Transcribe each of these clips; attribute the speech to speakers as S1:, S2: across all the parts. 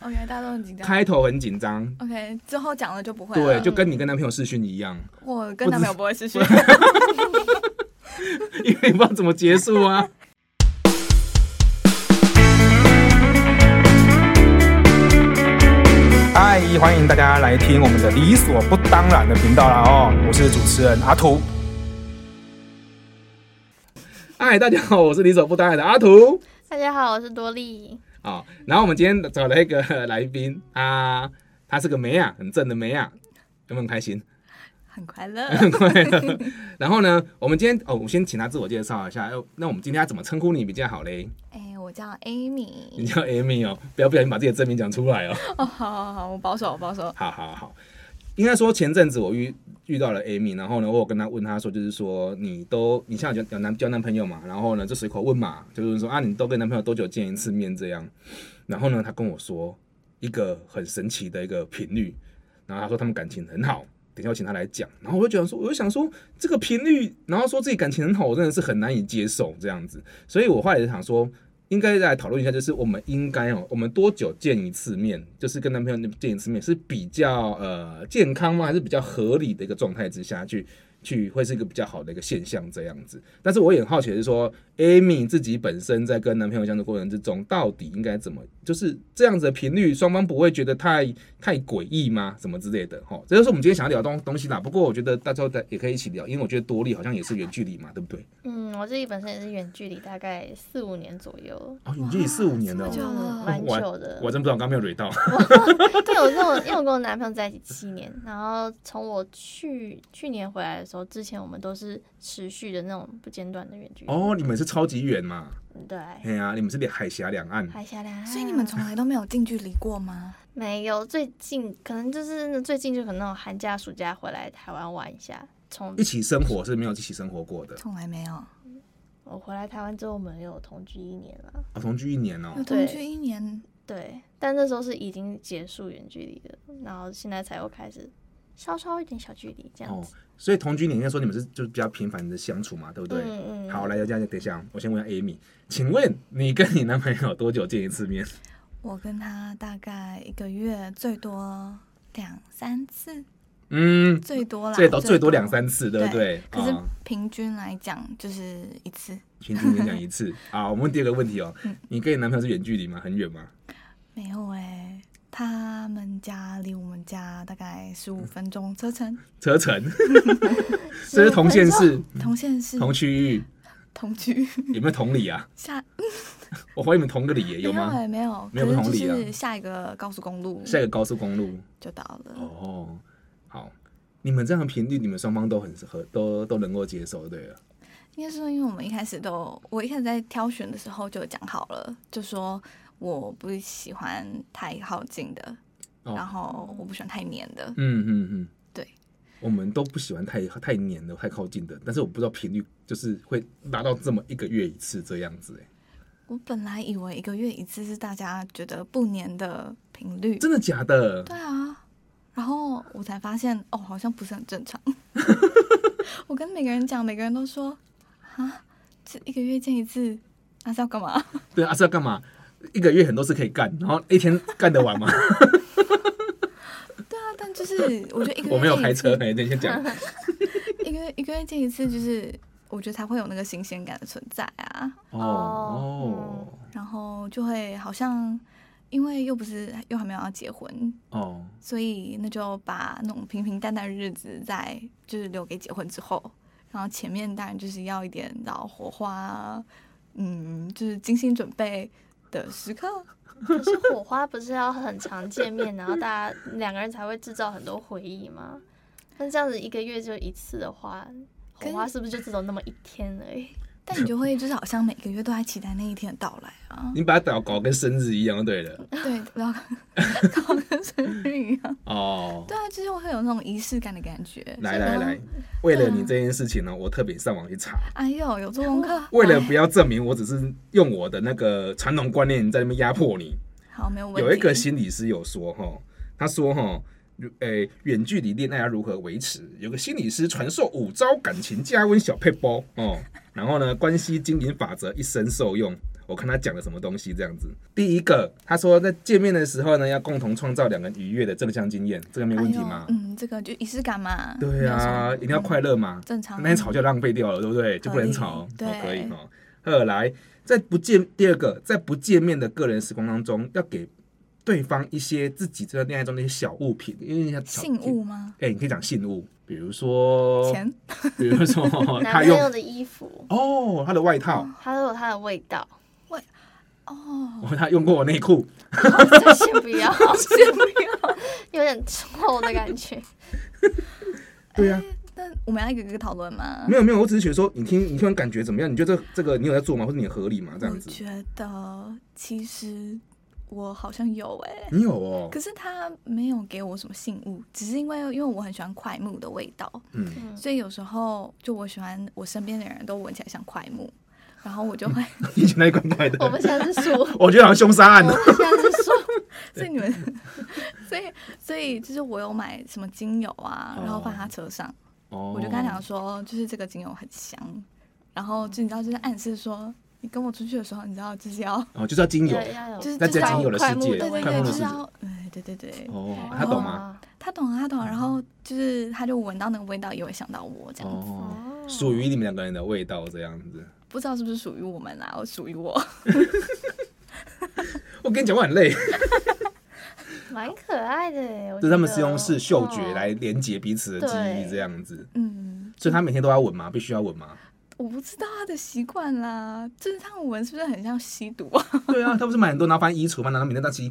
S1: 哦，原来大家都很紧张。
S2: 开头很紧张，
S1: OK，之后讲了就不会了。
S2: 对，就跟你跟男朋友视讯一样，
S1: 我跟男朋友不会失去。
S2: 因为你不知道怎么结束啊。
S3: 嗨，欢迎大家来听我们的理所不当然的频道啦哦，我是主持人阿图。
S2: 嗨，大家好，我是理所不当然的阿图
S4: 大家好，我是多莉。
S2: 啊、然后我们今天找了一个呃来宾，他他是个美亚，很正的美亚，有没有很开心？
S1: 很快 乐，
S2: 很快乐。然后呢，我们今天哦，我先请他自我介绍一下。哎那我们今天要怎么称呼你比较好嘞？
S1: 哎、我叫
S2: 你
S1: Amy。
S2: 叫 Amy 哦，不要不小心把自己的真名讲出来哦。
S1: 哦，好好好，我保守，我保守。
S2: 好好好，应该说前阵子我遇遇到了 Amy，然后呢，我有跟她问她说，就是说你都你现在有有男交男朋友嘛？然后呢，就随口问嘛，就是说啊，你都跟男朋友多久见一次面这样？然后呢，她跟我说一个很神奇的一个频率，然后她说他们感情很好。等一下我请她来讲，然后我就觉得说，我就想说这个频率，然后说自己感情很好，我真的是很难以接受这样子，所以我后来就想说，应该来讨论一下，就是我们应该哦，我们多久见一次面？就是跟男朋友见一次面是比较呃健康吗？还是比较合理的一个状态之下去去会是一个比较好的一个现象这样子？但是我也很好奇的是说，Amy 自己本身在跟男朋友相处过程之中，到底应该怎么就是这样子的频率，双方不会觉得太太诡异吗？什么之类的哈，哦齁这就是我们今天想要聊的东东西啦。不过我觉得大家也可以一起聊，因为我觉得多利好像也是远距离嘛，对不对？
S4: 嗯，我自己本身也是远距离，大概四五年左右，
S2: 哦，远距离四五年了
S1: 这么久
S2: 哦，
S1: 了
S4: 嗯，蛮
S2: 我还
S4: 久的。
S2: 我真不知道，我刚没有捋到。
S4: 因为我跟我因为我跟我男朋友在一起七年，然后从我去去年回来的时候，之前我们都是持续的那种不间断的远距离。
S2: 哦，你们是超级远嘛？
S4: 对，
S2: 哎呀、你们是海峡两岸。
S4: 海峡两岸。
S1: 所以你们从来都没有近距离过吗？
S4: 啊没有最近可能就是最近就可能那种寒假暑假回来台湾玩一下。从
S2: 一起生活是没有一起生活过的，
S1: 从来没有，
S4: 我回来台湾之后，我们有同居一年了。
S2: 啊，同居一年哦、
S1: 有同
S4: 对
S1: 居一年，
S4: 对，但那时候是已经结束远距离的，然后现在才又开始稍稍一点小距离这样
S2: 哦
S4: 子。，
S2: 所以同居你应该说你们是就是比较频繁的相处嘛，对不对？
S4: 嗯嗯
S2: 好， 来，这样等一下，我先问一下 Amy，请问你跟你男朋友多久见一次面？
S1: 我跟他大概一个月最多两三次，
S2: 嗯，
S1: 最多啦，
S2: 最多最多两。三次，对不对
S1: 对？可是
S2: 啊
S1: 平均来讲就是一次，
S2: 平均跟你讲一次。好，我们问第二个问题哦、你跟你男朋友是远距离吗？很远吗？
S1: 没有哎、他们家离我们家大概十五分钟车程，
S2: 车程，这是同县市、
S1: 同县市、
S2: 嗯同区域，
S1: 同居
S2: 有没有同理啊？
S1: 下
S2: 我怀疑你们同个里耶，有
S1: 没有
S2: 吗？
S1: 欸没有，
S2: 没有
S1: 可是
S2: 同理啊
S1: 就是下一个高速公路
S2: 下一个高速公路。
S1: 就到了。
S2: 哦，好，你们这样的频率，你们双方都很合，都都能够接受，对了。
S1: 应该是说，因为我们一开始都，我一开始在挑选的时候就讲好了，就说我不喜欢太靠近的，
S2: 哦
S1: 然后我不喜欢太黏的。
S2: 嗯嗯嗯，
S1: 对，
S2: 我们都不喜欢太太黏的、太靠近的，但是我不知道频率就是会拉到这么一个月一次这样子、欸，
S1: 我本来以为一个月一次是大家觉得不黏的频率，
S2: 真的假的？
S1: 对啊，然后我才发现哦，好像不是很正 常。 我跟每个人讲，每个人都说啊，这一个月见一次，那、是要干嘛？
S2: 对啊，是要干嘛？一个月很多事可以干，然后一天干 得完吗？
S1: 对啊，但就是我觉得一个月
S2: 我没有
S1: 见一
S2: 开
S1: 次
S2: 车，哎、等一 下讲。
S1: 一个月一个月见一次，就是我觉得才会有那个新鲜感的存在啊。
S2: 哦
S4: 哦
S2: 哦
S1: 然后就会好像，因为又不是又还没有要结婚，
S2: 哦，
S1: 所以那就把那种平平淡淡的日子在就是留给结婚之后。然后前面当然就是要一点老火花啊，嗯，就是精心准备的时刻。
S4: 可是火花不是要很常见面，然后大家两个人才会制造很多回忆吗？那这样子一个月就一次的话，火
S1: 跟
S4: 花是不是就只有那么一天而已？
S1: 但你就会就是好像每个月都在期待那一天的到来啊，
S2: 你把它搞搞跟生日一样， 对了。
S1: 对，不 要搞跟生日一样。
S2: 哦，
S1: 对啊，就是会有那种仪式感的感觉。 所
S2: 来
S1: 以
S2: 来
S1: 我
S2: 来，为了
S1: 嗯
S2: 你这件事情呢，我特别上网去查。
S1: 哎呦，有做功课，哎
S2: 为了不要证明我只是用我的那个传统观念在那边压迫你，
S1: 好没有问题。
S2: 有一个心理师有说哈，他说哈，如诶，远距离恋爱要如何维持？有个心理师传授五招感情加温小配包哦，然后呢，关系经营法则一生受用。我看他讲了什么东西这样子。第一个，他说在见面的时候呢，要共同创造两个人愉悦的正向经验，这个没问题吗？
S1: 哎呦嗯，这个就仪式感嘛。没
S2: 对
S1: 有什
S2: 啊，
S1: 么
S2: 一定要快乐嘛。
S1: 正常。
S2: 那天吵就浪费掉了，对不对？就不能吵，
S1: 合理
S2: 哦可以
S1: 嗯对
S2: 哦。二来，在不见第二个，在不见面的个人时光当中，要给对方一些自己在恋爱中的一些小物品，因为像小
S1: 信物，吗？
S2: 哎、你可以讲信物，比如说，
S1: 钱
S2: 比 如说
S4: 男
S2: 哦他
S4: 朋
S2: 用
S4: 友的衣服，
S2: 哦他的外套，
S4: 它都有它的味道，
S1: 哦，
S2: 哦他用过我内裤，
S4: 这先不要，
S1: 先不要。
S4: 有点臭的感觉。
S2: 对啊，
S1: 那哎我们要一个一个讨论吗？
S2: 没有没有，我只是觉得说，你听你听完感觉怎么样？你觉得这这个你有在做吗？或者你合理吗？这样
S1: 我
S2: 子，
S1: 觉得其实我好像有哎、
S2: 你有哦，
S1: 可是他没有给我什么信物，只是因为因为我很喜欢快木的味道，
S2: 嗯，
S4: 嗯，
S1: 所以有时候就我喜欢我身边的人都闻起来像快木，然后我就 会，
S2: 你觉得那怪怪
S4: 我
S2: 的，
S4: 们现在是树， 我
S2: 我觉得好像凶杀案
S4: 们
S2: 哦，
S4: 现在 是树，
S1: 所以你们，所以所以就是我有买什么精油啊，然后放他车上，
S2: 哦
S1: 我就跟他讲说，就是这个精油很香，然后就你知道就是暗示说，你跟我出去的时候，你知道就是要。
S2: 哦，就是要精油
S4: 要，要有
S1: 就是
S2: 那
S1: 就是
S2: 这
S1: 要
S2: 精油的世
S4: 快木
S2: 界，
S1: 对对
S2: 快
S1: 对，就
S2: 木的
S1: 是
S2: 世界，
S1: 要，哎，对对对，
S2: 哦，他懂吗？？
S1: 他懂啊，他懂啊。然后就是他就闻到那个味道，也会想到我这样子。
S4: 哦
S2: 哦，属于你们两个人的味道这样子。
S1: 不知道是不是属于我们啦，属于 我。
S2: 我跟你讲，我很累，
S4: 蛮可爱的耶，我
S2: 就是他们
S4: 觉
S2: 是
S4: 得
S2: 用是嗅觉
S4: 哦
S2: 来连接彼此的记忆
S4: 对
S2: 这样子，
S1: 嗯，
S2: 所以他每天都要闻吗？必须要闻吗？
S1: 我不知道他的习惯啦，就是他们闻是不是很像吸毒啊？
S2: 对啊，他不是买很多，然后放在衣橱嘛，然后每天到期，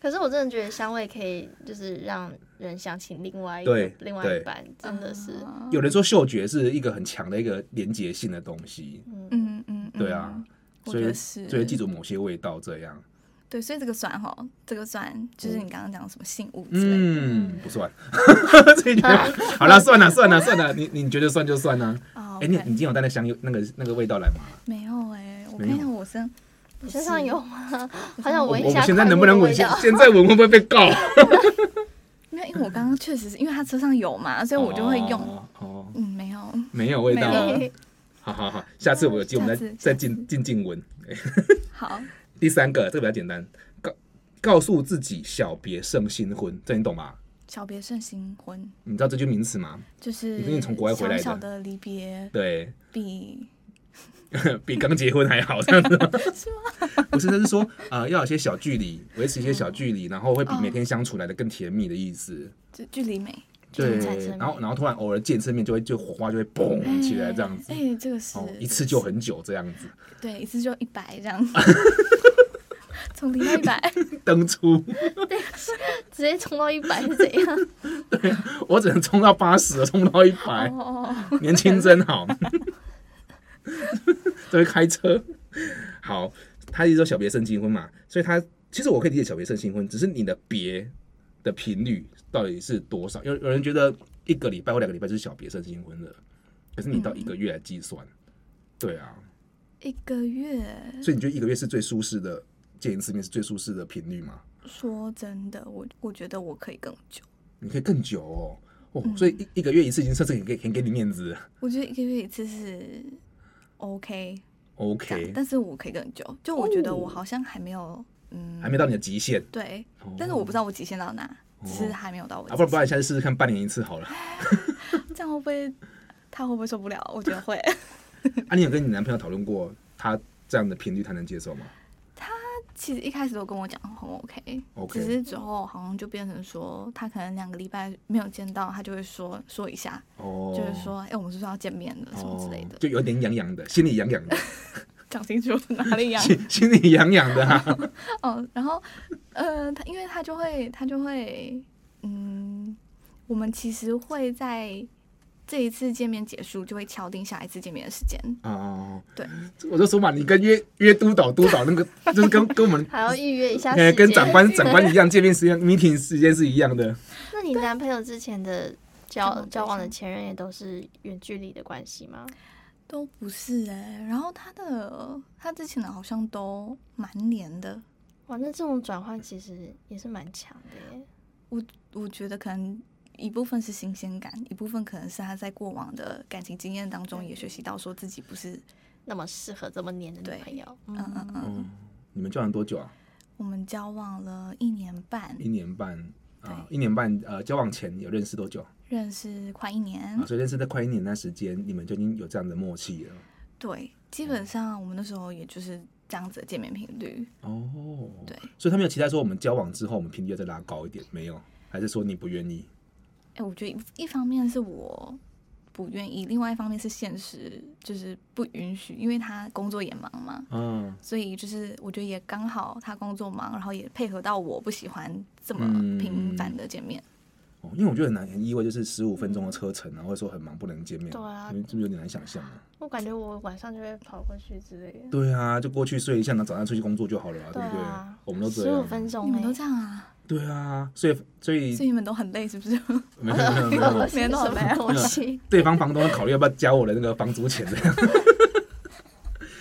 S4: 可是我真的觉得香味可以，就是让人想起另外一
S2: 对
S4: 个另外
S2: 对
S4: 一半， 真的是，
S1: 啊
S2: 有人说嗅觉是一个很强的一个连接性的东西，
S4: 嗯，
S1: 嗯嗯，嗯
S2: 对啊，
S1: 我
S2: 所
S1: 觉
S2: 以
S1: 得是，
S2: 所以记住某些味道这样。
S1: 对，所以这个算哈，这个算就是你刚刚讲什么信物之类的。
S2: 哦嗯，不算，这一句
S4: 啊
S2: 好了，算了算了算了，你你觉得算就算啊。
S1: 哦
S2: 哎，你你
S1: OK
S2: 今天有带那香油那个那个味道来吗？
S1: 没有哎，我
S2: 没
S1: 看一
S2: 有
S1: 下我身，
S4: 你身上有吗？
S1: 我
S4: 好
S1: 身
S4: 像
S2: 我
S4: 闻
S2: 我
S4: 一下
S2: 现在
S4: 快
S2: 能
S4: 木
S2: 不能
S4: 的
S2: 闻？
S4: 味
S2: 现
S4: 道
S2: 现在闻会不会被告？
S1: 没有，因为我刚刚确实是因为他车上有嘛， 所以我就会用。
S2: 哦。哦，
S1: 嗯，没有，
S2: 没有味道啊。
S1: 没有
S2: 好好好，下次我有机我们
S1: 下
S2: 再
S1: 次
S2: 再进进进闻。
S1: 好，
S2: 第三个，这个比较简单，告告诉自己小别胜新婚，这你懂吧？
S1: 小别胜新婚。
S2: 你知道这句名词吗？
S1: 就是
S2: 你最近从国外回来的
S1: 小小的离别
S2: 对，
S1: 比
S2: 比刚结婚还好，这样 子吗？ 不是，就是说，呃，要有些小距离，维持一些小距离，然后会
S1: 哦
S2: 比每天相处来的更甜蜜的意思。
S1: 就距离美
S2: 对
S4: 嗯才，甜蜜
S2: 然后然后突然偶尔见一次面，就会就火花就会嘣起来这样子
S1: 哎、，这个是、
S2: 哦，一次就很久这样子，
S1: 对，一次就一百这 样，从零到一百，
S2: 登出，
S4: 直接冲到一百是怎样？
S2: 我只能冲到八十，冲不到一百，
S1: 哦，
S2: 年轻真好， 都会开车。好，他一直说小别胜新婚嘛，所以他其实我可以理解小别胜新婚，只是你的别的频率到底是多少？有有人觉得一个礼拜或两个礼拜就是小别胜新婚了，可是你到一个月来计算，对啊，
S1: 一个月。
S2: 所以你觉得一个月是最舒适的见一次面是最舒适的频率吗？
S1: 说真的，我我觉得我可以更久，
S2: 你可以更久哦，哦，所以一一个月一次已经算是很给很给你面子了
S1: 我觉得一个月一次是 OK 这样
S2: ，OK，哦
S1: 但是我可以更久，就我觉得我好像还没有，嗯，
S2: 还没到你的极限。
S1: 对
S2: 哦，
S1: 但是我不知道我极限到哪，只是还没有到我极限。
S2: 啊，不然不然，下次试试看半年一次好了。
S1: 这样会不会他会不会受不了？我觉得会。
S2: 啊，你有跟你男朋友讨论过他这样的频率，他能接受吗？
S1: 其实一开始都跟我讲很 OK，,
S2: OK
S1: 只是之后好像就变成说，他可能两个礼拜没有见到，他就会说说一下，
S2: 哦
S1: 就是说，哎、我们是不是要见面了什么之类的，
S2: 就有点痒痒的，心里痒痒的，
S1: 讲清楚哪里 痒
S2: 心心里痒痒的、啊。
S1: 哦。然后，呃，他因为他就会他就会，嗯，我们其实会在这一次见面结束就会敲定下一次见面的时间，
S2: 哦，
S1: 对，
S2: 我就说嘛，你跟约约督导督导那个，就是跟跟 我们
S4: 还要预约一下
S2: 呃
S4: 时
S2: 跟
S4: 间。
S2: 长官长官一样，见面时间 meeting 时间是一样的。
S4: 那你男朋友之前的
S1: 交
S4: 交
S1: 往
S4: 交往的
S1: 对象
S4: 前任也都是远距离的关系吗？
S1: 都不是哎、然后他的他之前的好像都蛮黏的，
S4: 哇，那这种转换其实也是蛮强的耶。
S1: 我我觉得可能一部分是新鲜感，一部分可能是他在过往的感情经验当中也学习到，说自己不是
S4: 那么适合这么黏的女朋友。嗯
S1: 嗯嗯嗯，
S2: 嗯，你们交往多久啊？
S1: 我们交往了一年半，
S2: 一年半啊、一年半呃，交往前有认识多久？
S1: 认识快一年
S2: 啊，，所以认识在快一年那时间，你们就已经有这样的默契了。
S1: 对，基本上我们那时候也就是这样子的见面频率，
S2: 哦，
S1: 对，
S2: 所以他们有期待说我们交往之后，我们频率要再拉高一点，没有？还是说你不愿意？
S1: 哎，我觉得一一方面是我不愿意，另外一方面是现实就是不允许，因为他工作也忙嘛，
S2: 嗯
S1: 所以就是我觉得也刚好他工作忙，然后也配合到我不喜欢这么
S2: 嗯
S1: 频繁的见面。
S2: 哦，因为我觉得很难很意外，就是十五分钟的车程啊，或者说很忙不能见面，
S4: 对啊
S2: 你们是不是有点难想象啊？
S4: 我感觉我晚上就会跑过去之类的。
S2: 对啊，就过去睡一下，然后早上出去工作就好了啊，对
S4: 对
S2: 不对
S4: 啊？
S2: 我们都这
S4: 十五
S2: 样，
S4: 分
S1: 你
S4: 钟、
S1: 们都
S4: 欸，
S1: 这样啊？
S2: 对啊，所以所以
S1: 所以你们都很累是不是？
S2: 没有没有没 有没 有，
S1: 没有那么
S4: 什么东西？
S2: 对方房东考虑要不要交我的那个房租钱 这样。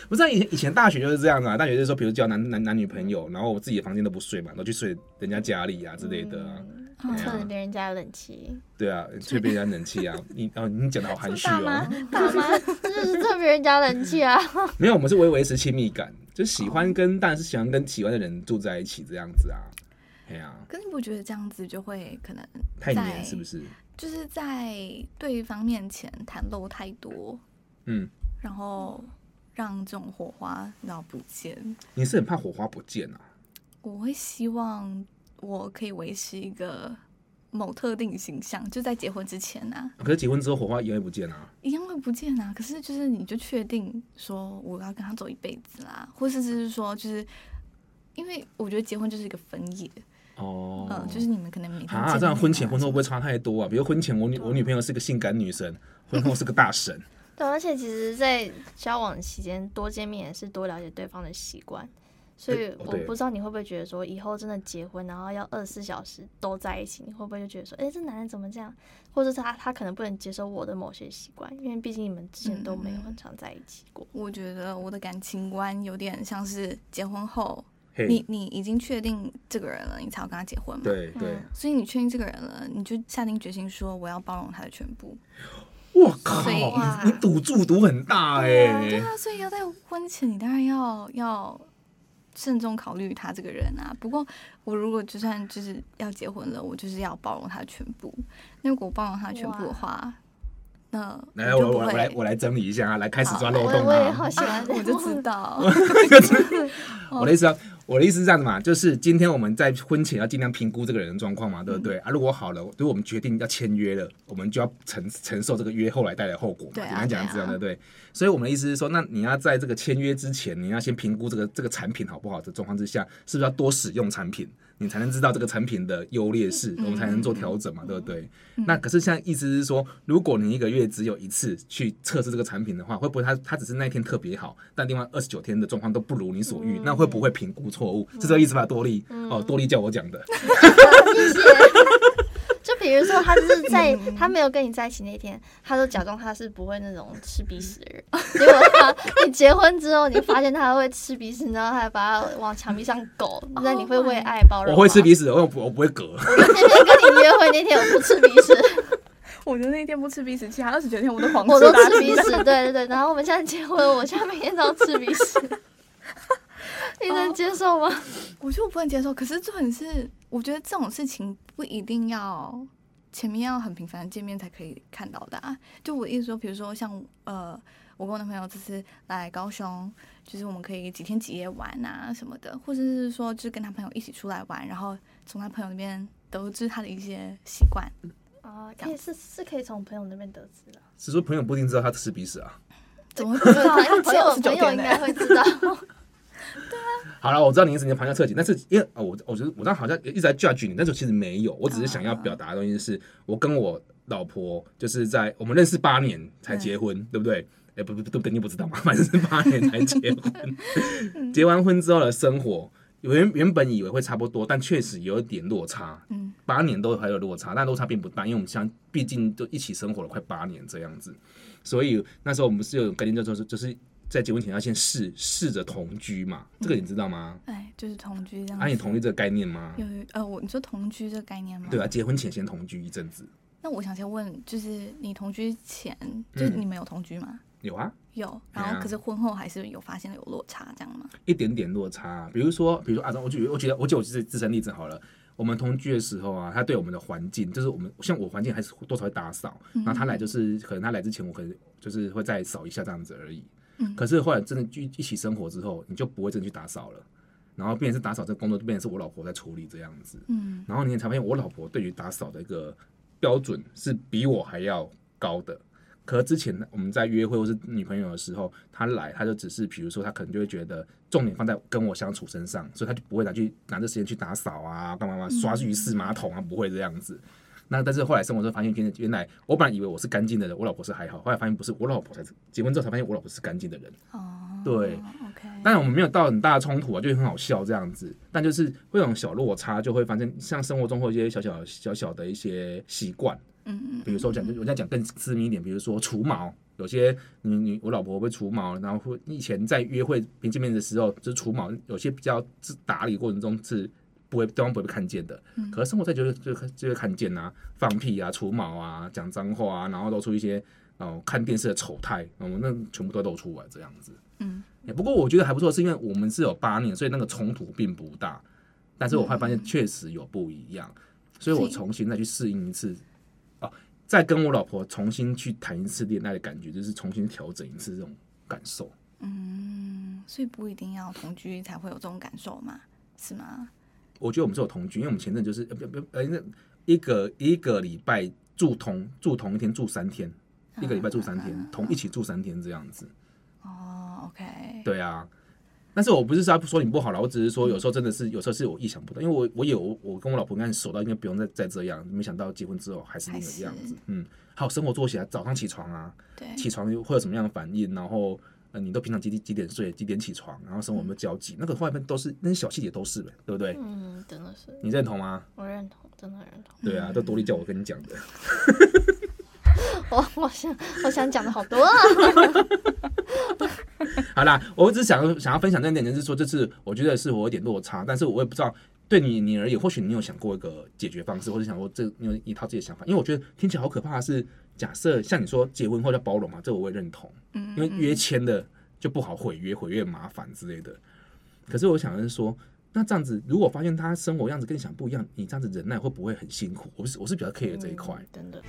S2: 不是、啊、以前以前大学就是这样子啊，大学就是说，比如交男男男女朋友，然后我自己的房间都不睡嘛，都去睡人家家里啊之类的啊，
S4: 嗯
S1: 嗯
S4: 蹭着别人家的冷气，
S2: 对啊，吹别人家冷气啊， 你哦你讲的好含蓄
S1: 大
S2: 哦
S1: 妈，，
S4: 大妈就是蹭别人家冷气啊。
S2: 没有，我们是维维持亲密感，就喜欢跟当然是喜欢跟喜欢的人住在一起这样子啊，哎呀、
S1: 可是你不觉得这样子就会可能
S2: 太
S1: 在
S2: 黏是不是？
S1: 就是在对方面前袒露太多，
S2: 嗯，
S1: 然后让这种火花然后不见？
S2: 你是很怕火花不见啊？
S1: 我会希望我可以维持一个某特定形象，就在结婚之前啊，
S2: 可是结婚之后火花一样也不见啊？
S1: 一样会不见啊。可是就是你就确定说我要跟他走一辈子啦，或甚至是说就是。因为我觉得结婚就是一个分野，
S2: 哦，
S1: 嗯，就是你们可能每天见面
S2: 啊，这样婚前婚后会不
S1: 会？
S2: 会差太多啊？比如婚前我女我女朋友是个性感女神，婚后是个大神。
S4: 对，而且其实，在交往期间多见面也是多了解对方的习惯，所以
S2: 对哦
S4: 我
S2: 对
S4: 不知道你会不会觉得说，以后真的结婚，然后要二十四小时都在一起，你会不会就觉得说，哎，这男人怎么这样？或者是他他可能不能接受我的某些习惯，因为毕竟你们之前都
S1: 嗯
S4: 没有很常在一起过。
S1: 我觉得我的感情观有点像是结婚后，
S2: 嘿，
S1: 你你已经确定这个人了，你才要跟他结婚嘛。。
S2: 对对，
S1: 所以你确定这个人了，你就下定决心说我要包容他的全部。
S2: 我
S1: 所以
S2: 靠，
S4: 哇
S2: 你你赌注赌很大
S1: 对
S2: 哎。
S1: 啊，所以要在婚前，你当然要要慎重考虑他这个人啊。不过我如果就算就是要结婚了，我就是要包容他的全部。那如果我包容他的全部的话，那
S2: 来，
S1: 我
S2: 我
S1: 就不
S2: 我
S1: 会
S2: 我来 我来整理一下啊，来开始抓漏
S4: 我
S2: 洞
S4: 我也好
S2: 啊。
S4: 喜欢
S1: 啊，
S4: 这
S1: 我
S4: 样，
S1: 就 知 道。哦
S2: 我的意思啊，我的意思是这样子嘛，就是今天我们在婚前要尽量评估这个人的状况嘛，对不
S1: 嗯
S2: 对啊？如果好了，如果我们决定要签约了，我们就要承承受这个约后来带来的后果嘛。
S1: 对啊
S2: 简单讲是这样
S1: 对
S2: 的，
S1: 啊
S2: 对。所以我们的意思是说，那你要在这个签约之前，你要先评估这个这个产品好不好的状况之下，是不是要多使用产品，你才能知道这个产品的优劣势，我们才能做调整嘛，对不对？那可是像意思是说，如果你一个月只有一次去测试这个产品的话，会不会它它只是那一天特别好，但另外二十九天的状况都不如你所欲，那会不会评估错误？是这个意思吧，多利？哦，多利叫我讲的。
S4: 就比如说，他就是在他没有跟你在一起那天，他都假装他是不会那种吃鼻 屎的人。结果他你结婚之后，你发现他会吃鼻屎，然后还把他往墙壁上 狗，那
S1: Oh
S4: 你会为爱包容？
S2: 我会吃。鼻屎，我不我不会嗝。
S4: 那天跟你约会那天，我不吃鼻屎，
S1: 我的那天不吃鼻屎，其他二十九天我都狂
S4: 我
S1: 吃
S4: 都
S1: 大
S4: 吃
S1: 便
S4: 鼻 屎。对对对，然后我们现在结婚，我现在每天都要吃鼻屎， 你能接受吗？
S1: 我就不能接受。可是重点是，我觉得这种事情不一定要前面要很频繁地见面才可以看到的、啊。就我意思说，比如说像呃，我跟我男朋友这次来高雄，就是我们可以几天几夜玩啊什么的，或者是说就是跟他朋友一起出来玩，然后从他朋友那边得知他的一些习惯。哦
S4: 啊，可以是是可以从朋友那边得知的。
S2: 是说朋友不一定知道他吃鼻屎啊。
S1: 怎么会不知 道？他
S4: 朋
S1: 只有
S4: 友
S1: 十九
S4: 朋友
S1: 天
S4: 应
S1: 呢、
S4: 该会知道。
S2: 好了，我知道你一直在旁敲侧击，但是因为哦，我我觉得我这样好像一直在 judge 你，但是其实没有，我只是想要表达的东西是，我跟我老婆就是在我们认识八年才结婚，对不对？哎、不不不，对，你不知道嘛，反正是八年才结婚。结完婚之后的生活，原原本以为会差不多，但确实有一点落差。
S1: 嗯，
S2: 八年都还有落差，但落差并不大，因为我们相毕竟都一起生活了快八年这样子，所以那时候我们是有概念，就是就是在结婚前要先试试着同居嘛，这个你知道吗？
S1: 哎，就是同居这样子。
S2: 啊，你同意这个概念吗？
S1: 有呃，我你说同居这个概念吗？
S2: 对啊，结婚前先同居一阵子，
S1: 那我想先问，就是你同居前，就是
S2: 嗯
S1: 你们有同居吗？
S2: 有啊，
S1: 有，
S2: 对啊
S1: 然后可是婚后还是有发现有落差，这样吗？
S2: 一点点落差。比如说，比如说啊，我举我举我举我自己自身例子好了。我们同居的时候啊，他对我们的环境，就是我们像我环境还是多少会打扫，
S1: 嗯
S2: 然后他来就是可能他来之前，我可能就是会再扫一下这样子而已。
S1: 嗯
S2: 可是后来真的一一起生活之后，你就不会真的去打扫了，然后变成是打扫这个工作，变成是我老婆在处理这样子。
S1: 嗯，
S2: 然后你也才发现，我老婆对于打扫的一个标准是比我还要高的。可之前我们在约会或是女朋友的时候，她来，她就只是比如说，她可能就会觉得重点放在跟我相处身上，所以她就不会拿去拿这时间去打扫啊、干嘛嘛、刷浴室马桶啊，不会这样子。那但是后来生活中发现，原原来我本来以为我是干净的人，我老婆是还好，后来发现不是，我老婆才是结婚之后才发现我老婆是干净的人。
S1: 哦，
S2: 对
S1: ，OK，
S2: 当然我们没有到很大的冲突啊，就很好笑这样子，但就是会有种小落差，就会发生像生活中会有一些小小小小的一些习惯，
S1: 嗯嗯
S2: 比如说讲，就我在讲更私密一点，比如说除毛，有些你你我老婆会除毛，然后会以前在约会平见面的时候，就是除毛，有些比较自打理过程中是不会对方不会被看见的，可是生活在就会就会就会看见啊，放屁啊，除毛啊，讲脏话啊，然后露出一些哦、呃看电视的丑态，我、们那全部都露出来这样子。
S1: 嗯
S2: 欸不过我觉得还不错，是因为我们是有八年，所以那个冲突并不大。但是我会发现确实有不一样，所以我重新再去适应一次，哦，再跟我老婆重新去谈一次恋爱的感觉，就是重新调整一次这种感受。
S1: 嗯，所以不一定要同居才会有这种感受嘛，是吗？
S2: 我觉得我们是有同居，因为我们前阵就是呃不不呃那一个一个礼拜住同住同一天住三天，一个礼拜住三天，同一起住三天这样子。
S1: 哦，OK，
S2: 对啊，但是我不是说说你不好啦，我只是说有时候真的是有时候是我意想不到，因为我我有我跟我老婆应该熟到应该不用再再这样，没想到结婚之后还是那个样
S1: 还
S2: 子
S1: 是。
S2: 嗯，还有生活作息啊，早上起床啊，
S1: 对
S2: 起床会有什么样的反应，然后。呃，你都平常几点几点睡，几点起床，然后生活有没有交集？那个后面都是那些小细节都是呗，对不对？
S4: 嗯，真的是，
S2: 你认同吗？
S4: 我认同，真的认同。
S2: 对啊，都多莉叫我跟你讲的。
S4: 我我想我想讲的好 多啊，
S2: 好啦，我只是想想要分享这一点，就是说，这次我觉得是我有点落差，但是我也不知道对你你而言，或许你有想过一个解决方式，或者想过这你有一套自己的想法，因为我觉得听起来好可怕的是，假设像你说结婚后要包容嘛，这我会认同，
S1: 嗯
S2: 因为约签的就不好毁约，毁约麻烦之类的。可是我想的是说，那这样子，如果发现他生活样子跟你想不一样，
S1: 嗯
S4: 嗯
S2: 你这样子忍耐会不会很辛苦？我是我是比较 care 这一块。
S4: 嗯真的。